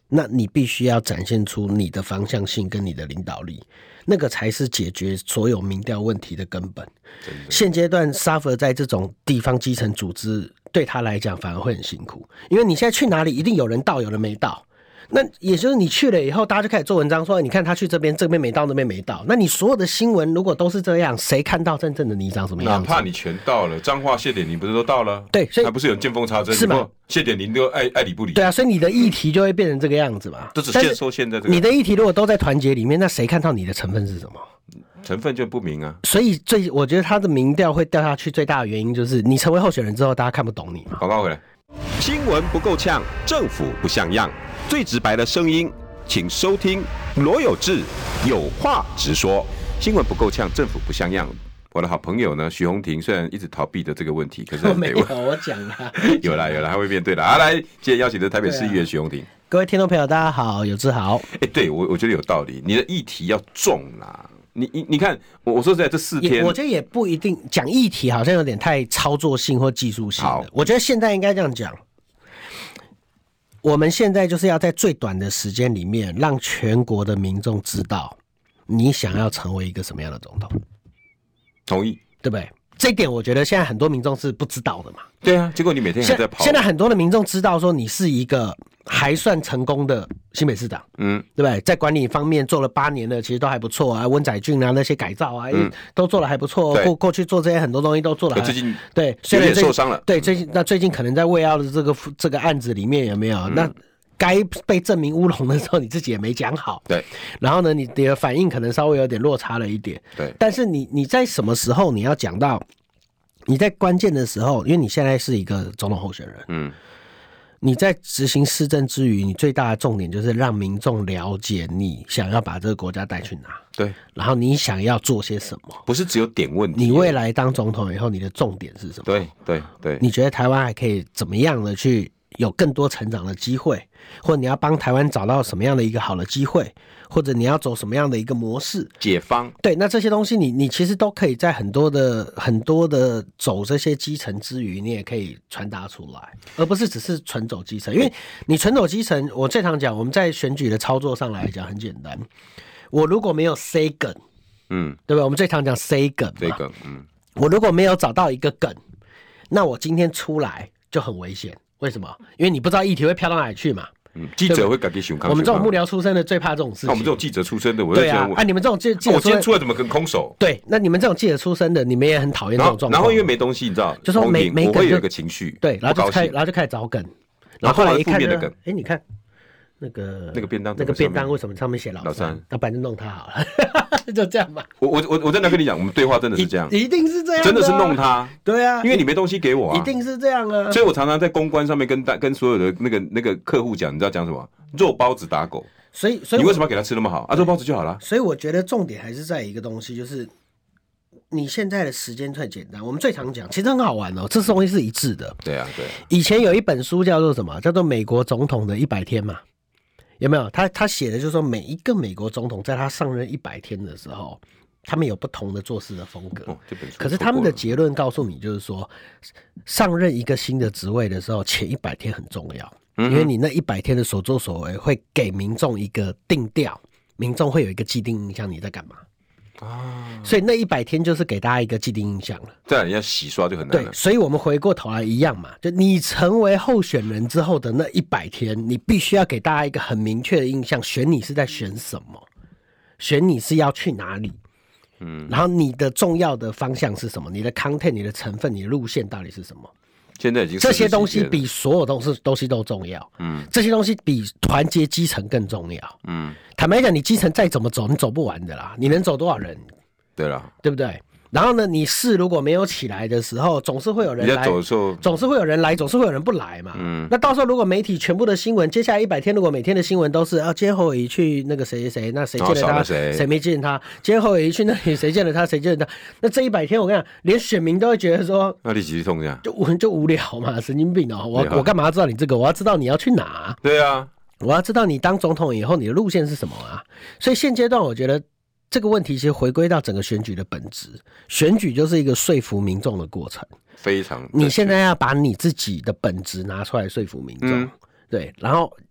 那你必须要展现出你的方向性跟你的领导力，那个才是解决所有民调问题的根本。真的现阶段 suffer 在这种地方基层组织，对他来讲反而会很辛苦，因为你现在去哪里，一定有人到，有人没到。那也就是你去了以后，大家就开始做文章说，你看他去这边，这边没到，那边没到。那你所有的新闻如果都是这样，谁看到真正的你长什么哪样子？怕你全到了，彰化谢点林不是都到了？对所以还不是有见缝插针？是吗你不？谢点林都爱爱理不理。对啊，所以你的议题就会变成这个样子嘛。都只但限是受限在这你个的议题如果都在团结里面，那谁看到你的成分是什么？成分就不明啊，所以最我觉得他的民调会掉下去，最大的原因就是你成为候选人之后，大家看不懂你嘛。广告回来。新闻不够呛，政府不像样，最直白的声音，请收听罗有志有话直说。新闻不够呛，政府不像样。我的好朋友呢，徐宏庭虽然一直逃避的这个问题，可是还我是没得有，问。哦我讲啊了。有啦有啦，他会面对的。啊，来，今天邀请的台北市议员徐宏庭。 [LAUGHS] 各位听众朋友，大家好，有志豪。哎、对我我觉得有道理，你的议题要重啦。你你你看，我我说实在，这四也天我觉得也不一定讲议题，好像有点太操作性或技术性好的。我觉得现在应该这样讲，我们现在就是要在最短的时间里面，让全国的民众知道你想要成为一个什么样的总统，同意。对不对？这一点我觉得现在很多民众是不知道的嘛。对啊，结果你每天还现在跑。现在很多的民众知道说你是一个还算成功的新北市长，嗯，对不对？在管理方面做了八年了，其实都还不错啊。温仔俊啊，那些改造啊，都做了还不嗯错。哦对过过去做这些很多东西都做了还。最近对，虽然有点最近受伤了对，最近那最近可能在卫奥的这个这个案子里面有没有？嗯那该被证明乌龙的时候，你自己也没讲好。对然后呢，你你的反应可能稍微有点落差了一点。对但是你你在什么时候你要讲到？你在关键的时候，因为你现在是一个总统候选人，嗯，你在执行市政之余，你最大的重点就是让民众了解你想要把这个国家带去哪，对，然后你想要做些什么。不是只有点问题。啊你未来当总统以后，你的重点是什么？对对对，你觉得台湾还可以怎么样的去有更多成长的机会，或者你要帮台湾找到什么样的一个好的机会，或者你要走什么样的一个模式？解方对，那这些东西你你其实都可以在很多的很多的走这些基层之余，你也可以传达出来，而不是只是纯走基层。因为你纯走基层，我最常讲，我们在选举的操作上来讲很简单，我如果没有 say 梗，嗯，对吧？我们最常讲 say 梗嘛，这个嗯，我如果没有找到一个梗，那我今天出来就很危险。为什么？因为你不知道议题会飘到哪里去嘛。嗯，记者会感觉熊康。我们这种幕僚，僚出身的最怕这种事看啊情。我们这种记者出身的，我在对想啊，我啊，你们这种记记者我今出天身，出来怎么跟空手？对，那你们这种记者出身的，你们也很讨厌这然种后状况。然后因为没东西，你知道，就说红没顶没我梗会有就一个情绪，对，然不高后就开，兴。然后就开始找梗，然后后来后来一看负面的就梗，哎，你看。那个那个便当那个怎么上便面当为什么上面写老老三三？那反正弄他好了， [LAUGHS] 就这样嘛。我我我我在那跟你讲，我们对话真的是这样，一定是这样啊，真的是弄他，对啊，因为你没东西给我啊。一定是这样啊。 [LAUGHS] 所以我常常在公关上面跟大跟所有的那个那个客户讲，你知道讲什么？肉包子打狗，所以所以你我为什么要给他吃那么好？啊，肉包子就好了。所以我觉得重点还是在一个东西，就是你现在的时间太简单。我们最常讲，其实很好玩哦，这东西是一致的。对啊，对啊，以前有一本书叫做什么？叫做《美国总统的一百天》嘛，有没有？他他写的就是说，每一个美国总统在他上任一百天的时候，他们有不同的做事的风格。哦，这本书可是他们的错结论告诉你，就是说，上任一个新的职位的时候，前一百天很重要，因为你那一百天的所作所为会给民众一个定调，民众会有一个既定印象你在干嘛，过了啊，所以那一百天就是给大家一个既定印象了。再来要洗刷就很难对了，。所以我们回过头来一样嘛，就你成为候选人之后的那一百天，你必须要给大家一个很明确的印象，选你是在选什么，选你是要去哪里。嗯，然后你的重要的方向是什么？你的 content、你的成分、你的路线到底是什么？现在已经这些40东西几天了比所有东西东西都重要。嗯，这些东西比团结基层更重要。嗯，坦白讲，你基层再怎么走，你走不完的啦。你能走多少人，对了，对不对？然后呢，你市如果没有起来的时候，总是会有人你在来走的时候，总是会有人来，总是会有人不来嘛。嗯，那到时候如果媒体全部的新闻，接下来一百天，如果每天的新闻都是啊，接后乙去那个谁谁谁，那谁见哦然后少他，了谁谁没见他，接后乙去那里谁见了他，谁见了他，那这一百天我跟你讲，连选民都会觉得说。那你几句痛一下？就无就无聊嘛， [LAUGHS] 神经病哦！我对啊我干嘛要知道你这个？我要知道你要去哪啊、对啊，我要知道你当总统以后你的路线是什么啊？所以现阶段我觉得这个问题其实回归到整个选举的本质，选举就是一个说服民众的过程。非常。你现在要把你自己的本质拿出来说服民众，嗯对，然后。呃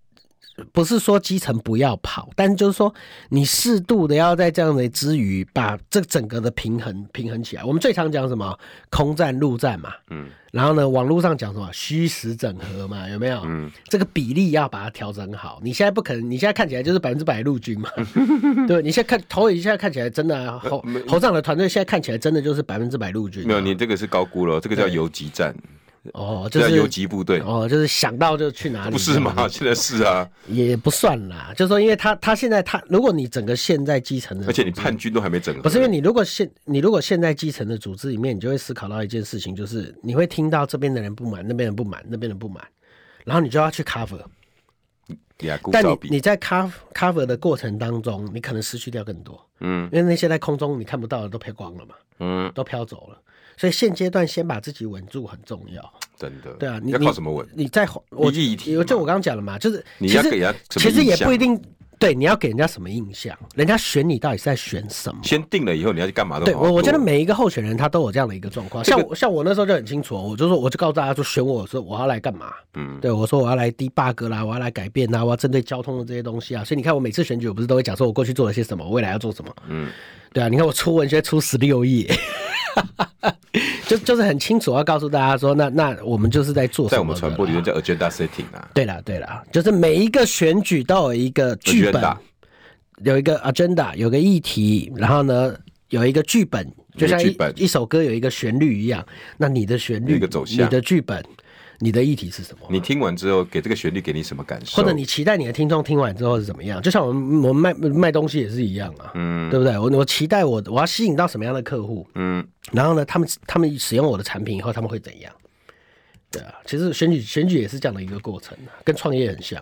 不是说基层不要跑，但就是说你适度的要在这样的之余，把这整个的平衡平衡起来。我们最常讲什么空战、陆战嘛，嗯，然后呢，网络上讲什么虚实整合嘛，有没有？嗯，这个比例要把它调整好。你现在不可能，你现在看起来就是百分之百陆军嘛，对，你现在看投影，现在看起来真的侯侯长的团队现在看起来真的就是百分之百陆军啊，没有，你这个是高估了，这个叫游击战，哦，就这叫是游击部队，哦，就是想到就去哪里，不是吗？？现在是啊，也不算啦，就是说，因为他他现在他，如果你整个现在基层的，而且你叛军都还没整合，不是因为你如果现你如果现在基层的组织里面，你就会思考到一件事情，就是你会听到这边的人不满，那边人不满，那边人不满，然后你就要去 cover，你还顾但照你比你在 cover cover 的过程当中，你可能失去掉更多，嗯，因为那些在空中你看不到的都飘光了嘛，嗯，都飘走了，所以现阶段先把自己稳住很重要。真的，对啊，你要靠什么稳？你在我利益体我就嘛我刚刚讲了嘛，就是你其要实给人家什么其实也印象不一定对，你要给人家什么印象？人家选你到底是在选什么？先定了以后，你要去干嘛都对好好我，我觉做得每一个候选人他都有这样的一个状况。像我，像我那时候就很清楚哦，我就说，我就告诉大家说，选我说我要来干嘛？嗯，对我说我要来 debug 啦，我要来改变啦，我要针对交通的这些东西啊。所以你看，我每次选举，我不是都会讲说我过去做了些什么，我未来要做什么？嗯，对啊，你看我出文学出十六页。 [LAUGHS] 就就是很清楚要告诉大家说，那那我们就是在做什么在我们传播理里面论叫 agenda setting 啊，对啦，对啦，就是每一个选举都有一个剧本 Agenda，有一个 agenda，有个议题，然后呢有一个剧本，就像有一个一剧本一首歌有一个旋律一样。那你的旋律、有一个走向你的剧本、你的议题是什么？你听完之后给这个旋律给你什么感受？或者你期待你的听众听完之后是怎么样？就像我们我们卖卖东西也是一样啊，嗯，对不对？我我期待我我要吸引到什么样的客户，嗯，然后呢，他们他们使用我的产品以后他们会怎样？对啊，其实选举选举也是这样的一个过程啊，跟创业很像。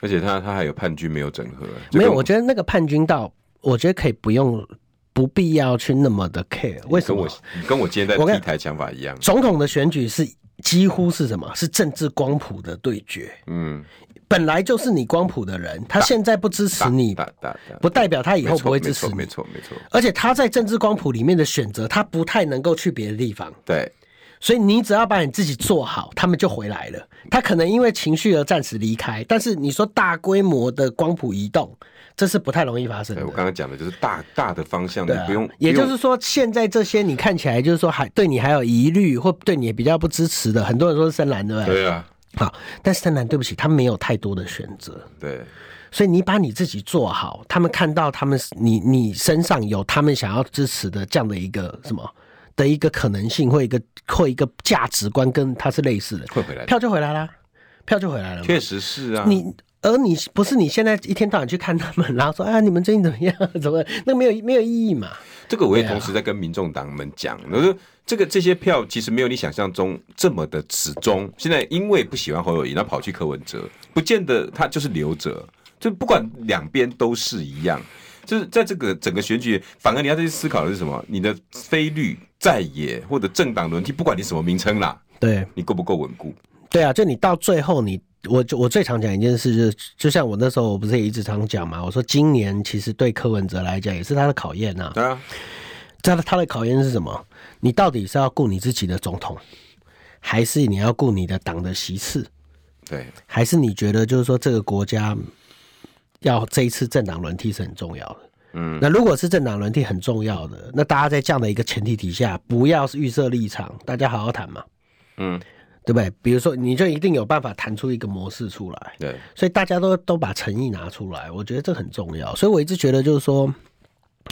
而且他他还有叛军没有整合，就没有，跟我觉得那个叛军到，我觉得可以不用，不必要去那么的 care。为什跟么我？跟我今天在我跟地台想法一样，总统的选举是几乎是什么？是政治光谱的对决。嗯，本来就是你光谱的人，他现在不支持你，打打打，不代表他以以后不会支持没你。错没错，没错而且他在政治光谱里面的选择，他不太能够去别的地方，对，所以你只要把你自己做好，他们就回来了。他可能因为情绪而暂时离开，但是你说大规模的光谱移动，这是不太容易发生对的我。刚刚讲的就是大大的方向，你对啊不用，也不就用是说，现在这些你看起来就是说还对你还有疑虑或对你比较不支持的，很多人说是深蓝，对不对？对啊，好，但是深蓝对不起，他没有太多的选择，对，所以你把你自己做好，他们看到他们你你身上有他们想要支持的这样的一个什么的一个可能性或一个或一个价值观跟它是类似的，会回来的，票就回来啦，票就回来了嘛。确实是啊，你而你不是你现在一天到晚去看他们，然后说啊你们最近怎么样？ [LAUGHS] 怎么那没有没有意义嘛？这个我也同时在跟民众党们讲，我说这个这些票其实没有你想象中这么的始终。现在因为不喜欢侯友谊，然后跑去柯文哲，不见得他就是留着，就不管两边都是一样。就是在这个整个选举，反而你要再去思考的是什么？你的非律在野或者政党轮替，不管你什么名称啦，对。你够不够稳固？对啊，就你到最后你，我就我最常讲一件事，就是就像我那时候，我不是也一直常讲嘛，我说今年其实对柯文哲来讲也是他的考验呐、对啊，他的他的考验是什么？你到底是要顾你自己的总统，还是你要顾你的党的席次，对，还是你觉得就是说这个国家要这一次政党轮替是很重要的？嗯，那如果是政党轮替很重要的，那大家在这样的一个前提底下，不要是预设立场，大家好好谈嘛。嗯，对不对？比如说，你就一定有办法谈出一个模式出来，对，所以大家都都把诚意拿出来，我觉得这很重要。所以我一直觉得，就是说，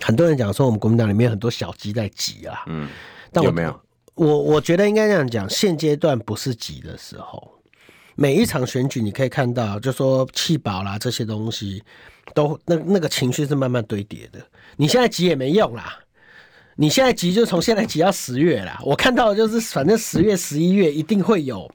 很多人讲说我们国民党里面很多小鸡在急啊，嗯，但我有没有？我我觉得应该这样讲，现阶段不是急的时候。每一场选举，你可以看到，就说气饱啦这些东西，都那那个情绪是慢慢堆叠的。你现在急也没用啦，你现在急就从现在急到十月啦。我看到的就是，反正十月、十一月一定会有，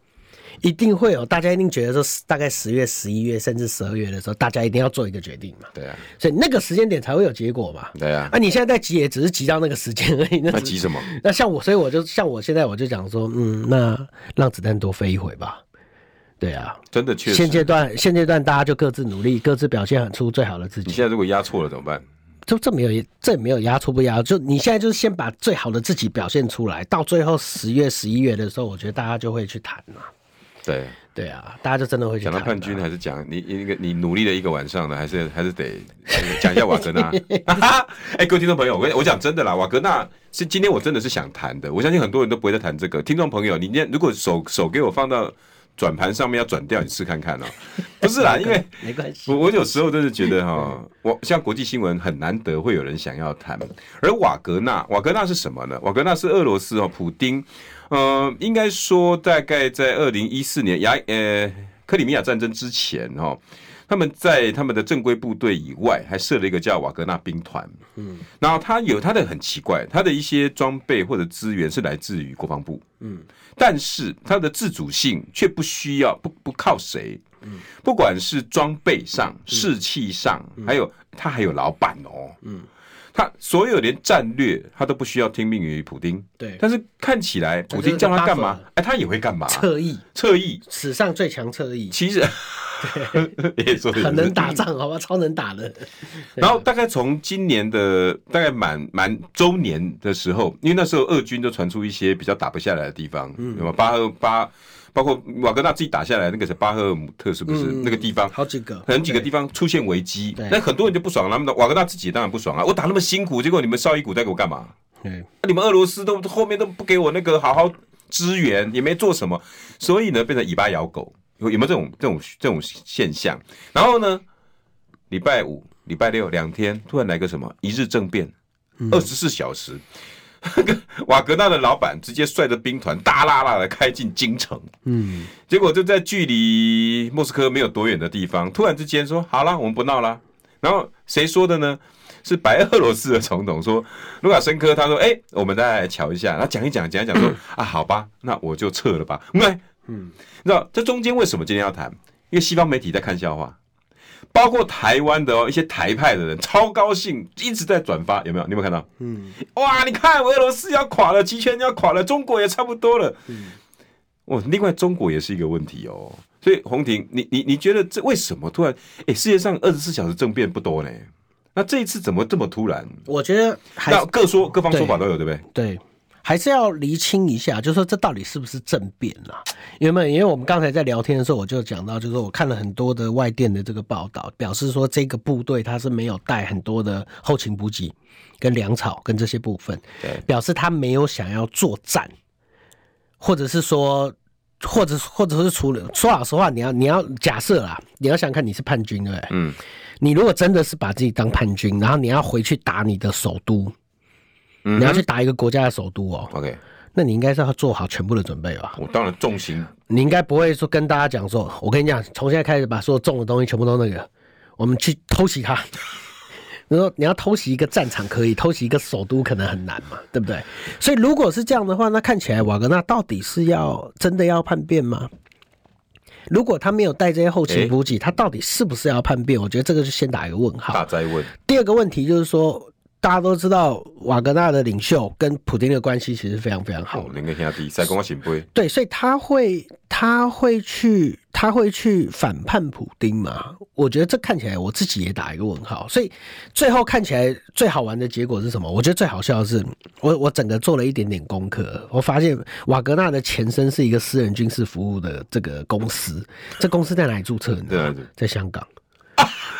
一定会有，大家一定觉得说，大概十月、十一月甚至十二月的时候，大家一定要做一个决定嘛。对啊，所以那个时间点才会有结果嘛。对啊啊，你现在在急也只是急到那个时间而已。那那只急什么？ [LAUGHS] 那像我，所以我就像我现在我就讲说，嗯，那让子弹多飞一回吧。对啊，真的确现实，阶段现阶段大家就各自努力，各自表现出最好的自你己。现在如果压错了怎么办？就这没有这没有压错不压，就你现在就是先把最好的自己表现出来，到最后十月十一月的时候，我觉得大家就会去谈了、对，对啊，大家就真的会去讲谈、到啊。冠军，还是讲你一个你努力了一个晚上的，还是还是得讲一下瓦格 [LAUGHS] 纳。哎，各位听众朋友，我跟你我讲真的啦，瓦格纳是今天我真的是想谈的，我相信很多人都不会再谈这个。听众朋友，你念如果手手给我放到转盘上面要转掉，你试看看哦。不是 [LAUGHS] 啦，因为没关 [LAUGHS] 系，我我有时候真的觉得 [LAUGHS] 哈，我像国际新闻很难得会有人想要谈，而瓦格纳，瓦格纳是什么呢？瓦格纳是俄罗斯哦，普丁，呃，应该说大概在二零一四年雅呃克里米亚战争之前哦，他们在他们的正规部队以外，还设了一个叫瓦格纳兵团，嗯，然后他有他的很奇怪，他的一些装备或者资源是来自于国防部，嗯，但是他的自主性却不需要不不靠谁。不管是装备上、嗯士气上，还有他还有老板哦，嗯，他所有连战略他都不需要听命于普丁，对但是看起来普丁叫他干嘛，哎，他也会干嘛，侧翼侧翼，史上最强侧翼，其 [LAUGHS] 实也说得很能是打仗，好吧，超能打的。然后大概从今年的大概满满周年的时候，因为那时候俄军就传出一些比较打不下来的地方，嗯那么巴赫巴，包括瓦格纳自己打下来那个是巴赫姆特，是不是嗯那个地方？好几个，很几个地方出现危机对，那很多人就不爽了。那么瓦格纳自己当然不爽啊！我打那么辛苦，结果你们绍伊古在给我干嘛？对，你们俄罗斯都后面都不给我那个好好支援，也没做什么，所以呢，变成尾巴咬狗，有有没有这种这种这种现象？然后呢，礼拜五、礼拜六两天，突然来个什么一日政变，二十四小时， [LAUGHS] 瓦格纳的老板直接率着兵团大拉拉的开进京城，嗯，结果就在距离莫斯科没有多远的地方，突然之间说：“好啦，我们不闹啦。”然后谁说的呢？是白俄罗斯的总统说，卢卡申科他说：“哎、我们再来瞧一下。”然后讲一讲，讲一讲说：“啊，好吧，那我就撤了吧。”对，嗯，你知道这中间为什么今天要谈？因为西方媒体在看笑话，包括台湾的哦，一些台派的人超高兴，一直在转发，有没有？你有没有看到？嗯，哇，你看俄罗斯要垮了，集权要垮了，中国也差不多了。哦，另外中国也是一个问题哦。所以洪婷，你你你觉得这为什么突然？哎，世界上二十四小时政变不多呢？那这一次怎么这么突然？我觉得还那各说各方说法都有，对不对？对，还是要厘清一下，就是说这到底是不是政变啊？因为因为我们刚才在聊天的时候，我就讲到，就是说我看了很多的外电的这个报道，表示说这个部队它是没有带很多的后勤补给、跟粮草跟这些部分，表示他没有想要作战，或者是说。或者或者是除了说老实话，你要你要假设啦，你要想看你是叛军对不对？嗯，你如果真的是把自己当叛军，然后你要回去打你的首都，你要去打一个国家的首都哦， OK，那你应该是要做好全部的准备吧？我当然重刑你应该不会说跟大家讲说，我跟你讲，从现在开始把所有重的东西全部都那个，我们去偷袭它。 [LAUGHS] 你说你要偷袭一个战场可以，偷袭一个首都可能很难嘛，对不对？所以如果是这样的话，那看起来瓦格纳到底是要真的要叛变吗？如果他没有带这些后勤补给，他到底是不是要叛变？我觉得这个就先打一个问号。大灾问。第二个问题就是说，大家都知道瓦格纳的领袖跟普丁的关系其实非常非常好好，您跟哦兄弟啊在跟我行不？对，所以他会他会去他会去反叛普丁嘛？我觉得这看起来我自己也打一个问号。所以最后看起来最好玩的结果是什么？我觉得最好笑的是，我我整个做了一点点功课，我发现瓦格纳的前身是一个私人军事服务的这个公司，这公司在哪里注册？你知道吗 [LAUGHS] 对对在香港。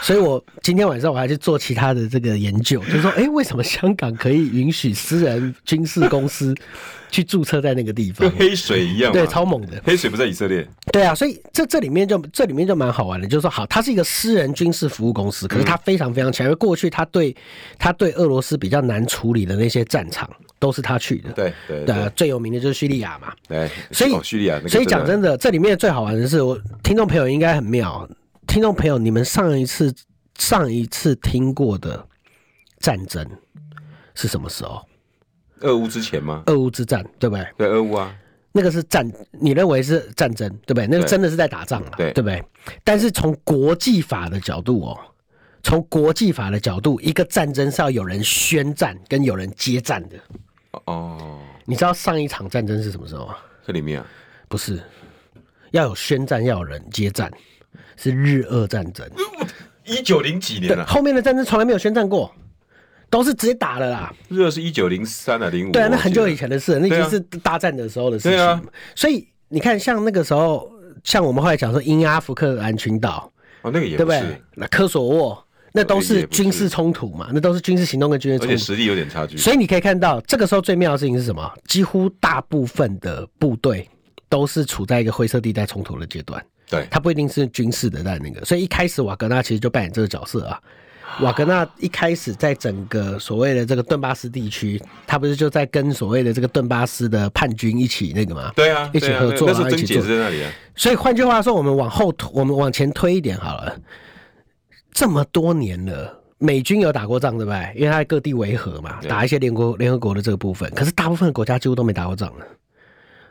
所以我今天晚上我还去做其他的这个研究，就说，哎、为什么香港可以允许私人军事公司去注册在那个地方跟？黑水一样嘛，对，超猛的。黑水不在以色列，对啊，所以这这里面就这里面就蛮好玩的，就是说，好，它是一个私人军事服务公司，可是它非常非常强，因为过去它对它对俄罗斯比较难处理的那些战场都是它去的。对对对啊，最有名的就是叙利亚嘛。对，所以哦叙利亚那个，所以讲真，的，这里面最好玩的是，我听众朋友应该很妙，哦听众朋友，你们上一次上一次听过的战争是什么时候？俄乌之前吗？俄乌之战，对不对？对，俄乌啊，那个是战，你认为是战争，对不对？那个对真的是在打仗了，对不对？但是从国际法的角度哦，从国际法的角度，一个战争是要有人宣战跟有人接战的。哦，你知道上一场战争是什么时候吗？啊克里米啊亚，不是，要有宣战，要有人接战，是日俄战争。一九零几年啊对，了、后面的战争从来没有宣战过，都是直接打了啦。热是一九零三啊，零五，对啊，我那记很得久以前的事，那已对啊经是大战的时候的事情。对啊所以你看，像那个时候，像我们后来讲说，英阿福克兰群岛，哦，那个也对不不是，对？那科索沃，那都也是也不是军事冲突嘛，那都是军事行动跟军事而冲且突。实力有点差距。所以你可以看到，这个时候最妙的事情是什么？几乎大部分的部队都是处在一个灰色地带冲突的阶段。对，他不一定是军事的在那个，所以一开始瓦格纳其实就扮演这个角色啊。瓦格纳一开始在整个所谓的这个顿巴斯地区，他不是就在跟所谓的这个顿巴斯的叛军一起那个吗？对啊，一起对啊合作那那啊时候一曾起姐做是在那里啊，所以换句话说，我们往后推，我们往前推一点好了。这么多年了，美军有打过仗对不对？因为他在各地维和嘛，对打一些联国联合国的这个部分。可是大部分的国家几乎都没打过仗了。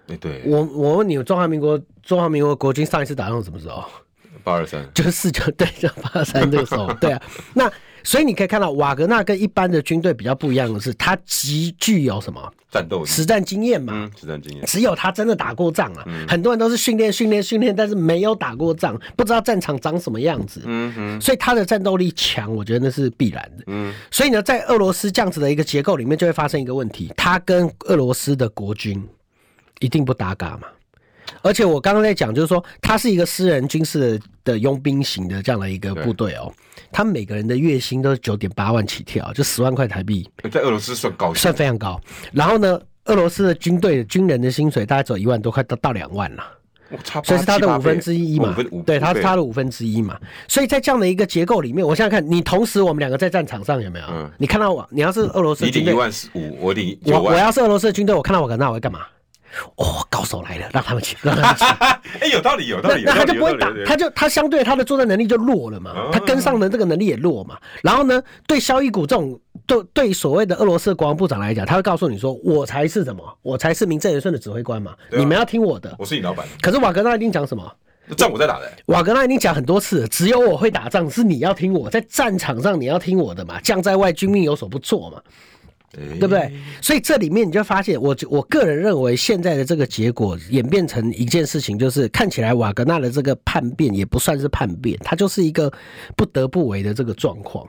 哎对，我我问你，中华民国中华民国国军上一次打仗什么时候？八二三，就是四九对九八三这个时候，对啊，那所以你可以看到瓦格纳跟一般的军队比较不一样的是，他极具有什么战斗力，实战经验嘛。嗯，实战经验，只有他真的打过仗啊，嗯很多人都是训练、训练、训练，但是没有打过仗，不知道战场长什么样子。嗯哼，所以他的战斗力强，我觉得那是必然的。嗯，所以呢，在俄罗斯这样子的一个结构里面，就会发生一个问题：他跟俄罗斯的国军一定不搭嘎嘛。而且我刚刚在讲，就是说他是一个私人军事的的佣兵型的这样的一个部队哦，他们每个人的月薪都是九点八万起跳，就十万块台币，在俄罗斯算高薪，算非常高。然后呢，俄罗斯的军队的军人的薪水大概只有一万多块到到两万啦。我差八，所以是他七八的五分倍之一五嘛分五，对，他五倍是他的五分之一嘛，所以在这样的一个结构里面，我想想看，你同时我们两个在战场上有没有？嗯你看到我，你要是俄罗斯你军领一队，万五，我领我九我万，要是俄罗斯的军队，我看到我可能我会干嘛？哦，高手来了，让他们去，让他们去。哎，有道理，有道那理，有那道他就理，不有会打道理，有，道他就他相对他的作战能力就弱了嘛哦，他跟上的这个能力也弱嘛。然后呢，对肖伊古这种对对所谓的俄罗斯国防部长来讲，他会告诉你说，我才是什么？我才是名正言顺的指挥官嘛，对啊你们要听我的理。我是你老板，可是瓦格纳一定讲什么？仗我在打的，瓦格纳已经讲很多次了，只有我会打仗，是你要听我，在战场上你要听我的嘛，将在外，军命有所不做嘛，对对不？对？所以这里面你就发现，我我个人认为现在的这个结果演变成一件事情，就是看起来瓦格纳的这个叛变也不算是叛变，它就是一个不得不为的这个状况。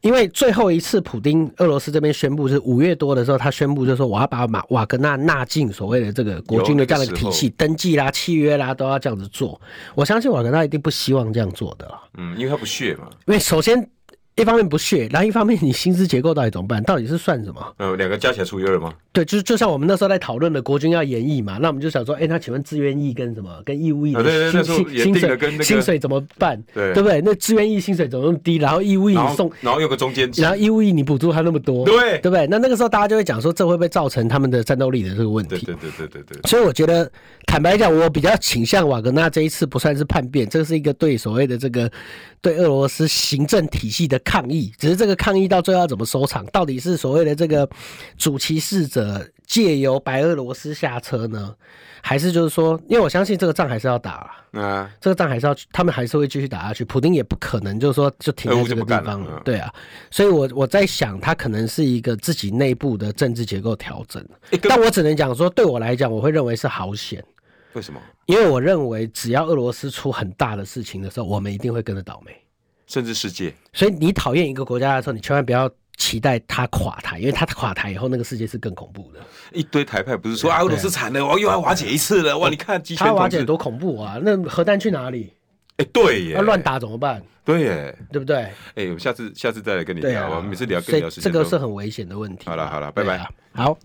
因为最后一次，普丁俄罗斯这边宣布是五月多的时候，他宣布就说我要把马瓦格纳纳进所谓的这个国军的这样的一个体系，登记啦、契约啦都要这样子做。我相信瓦格纳一定不希望这样做的啦，嗯，因为他不屑嘛，因为首先一方面不屑，然后一方面你薪资结构到底怎么办？到底是算什么？嗯，两个加起来除以二吗？对，就是就像我们那时候在讨论的国军要演役嘛，那我们就想说，哎，那请问志愿役跟什么跟义务役啊对对的那时候薪也薪薪定了水跟那个薪水怎么办？对对不对？那志愿役薪水怎么那么低？然后义务役然你送后然后有个中间值然，后义务役你补助他那么多，对对不对？那那个时候大家就会讲说，这会不会造成他们的战斗力的这个问对题对？对对对对，所以我觉得，坦白讲，我比较倾向瓦格纳这一次不算是叛变，这是一个对所谓的这个对俄罗斯行政体系的抗议。只是这个抗议到最后要怎么收场，到底是所谓的这个主歧视者借由白俄罗斯下车呢，还是就是说，因为我相信这个仗还是要打啊啦那这个仗还是要去，他们还是会继续打下去。普丁也不可能就是说就停在这个地俄乌就方不干了嗯对啊。所以我我在想，他可能是一个自己内部的政治结构调整。哎跟但我只能讲说，对我来讲，我会认为是好险，为什么？因为我认为只要俄罗斯出很大的事情的时候，我们一定会跟着倒霉。甚至世界，所以你讨厌一个国家的时候，你千万不要期待它垮台，因为它垮台以后，那个世界是更恐怖的。一堆台派不是说啊，俄罗斯惨了，我又要瓦解一次了，哇，你看集权它哦瓦统解治，多恐怖啊！那核弹去哪里？哎，对耶，要乱，打怎么办？对耶，对不对？哎，我们下次下次再来跟你对聊，啊，我们每次聊所跟以聊时这间个都是很危险的问题。好了好了拜拜对啊。好。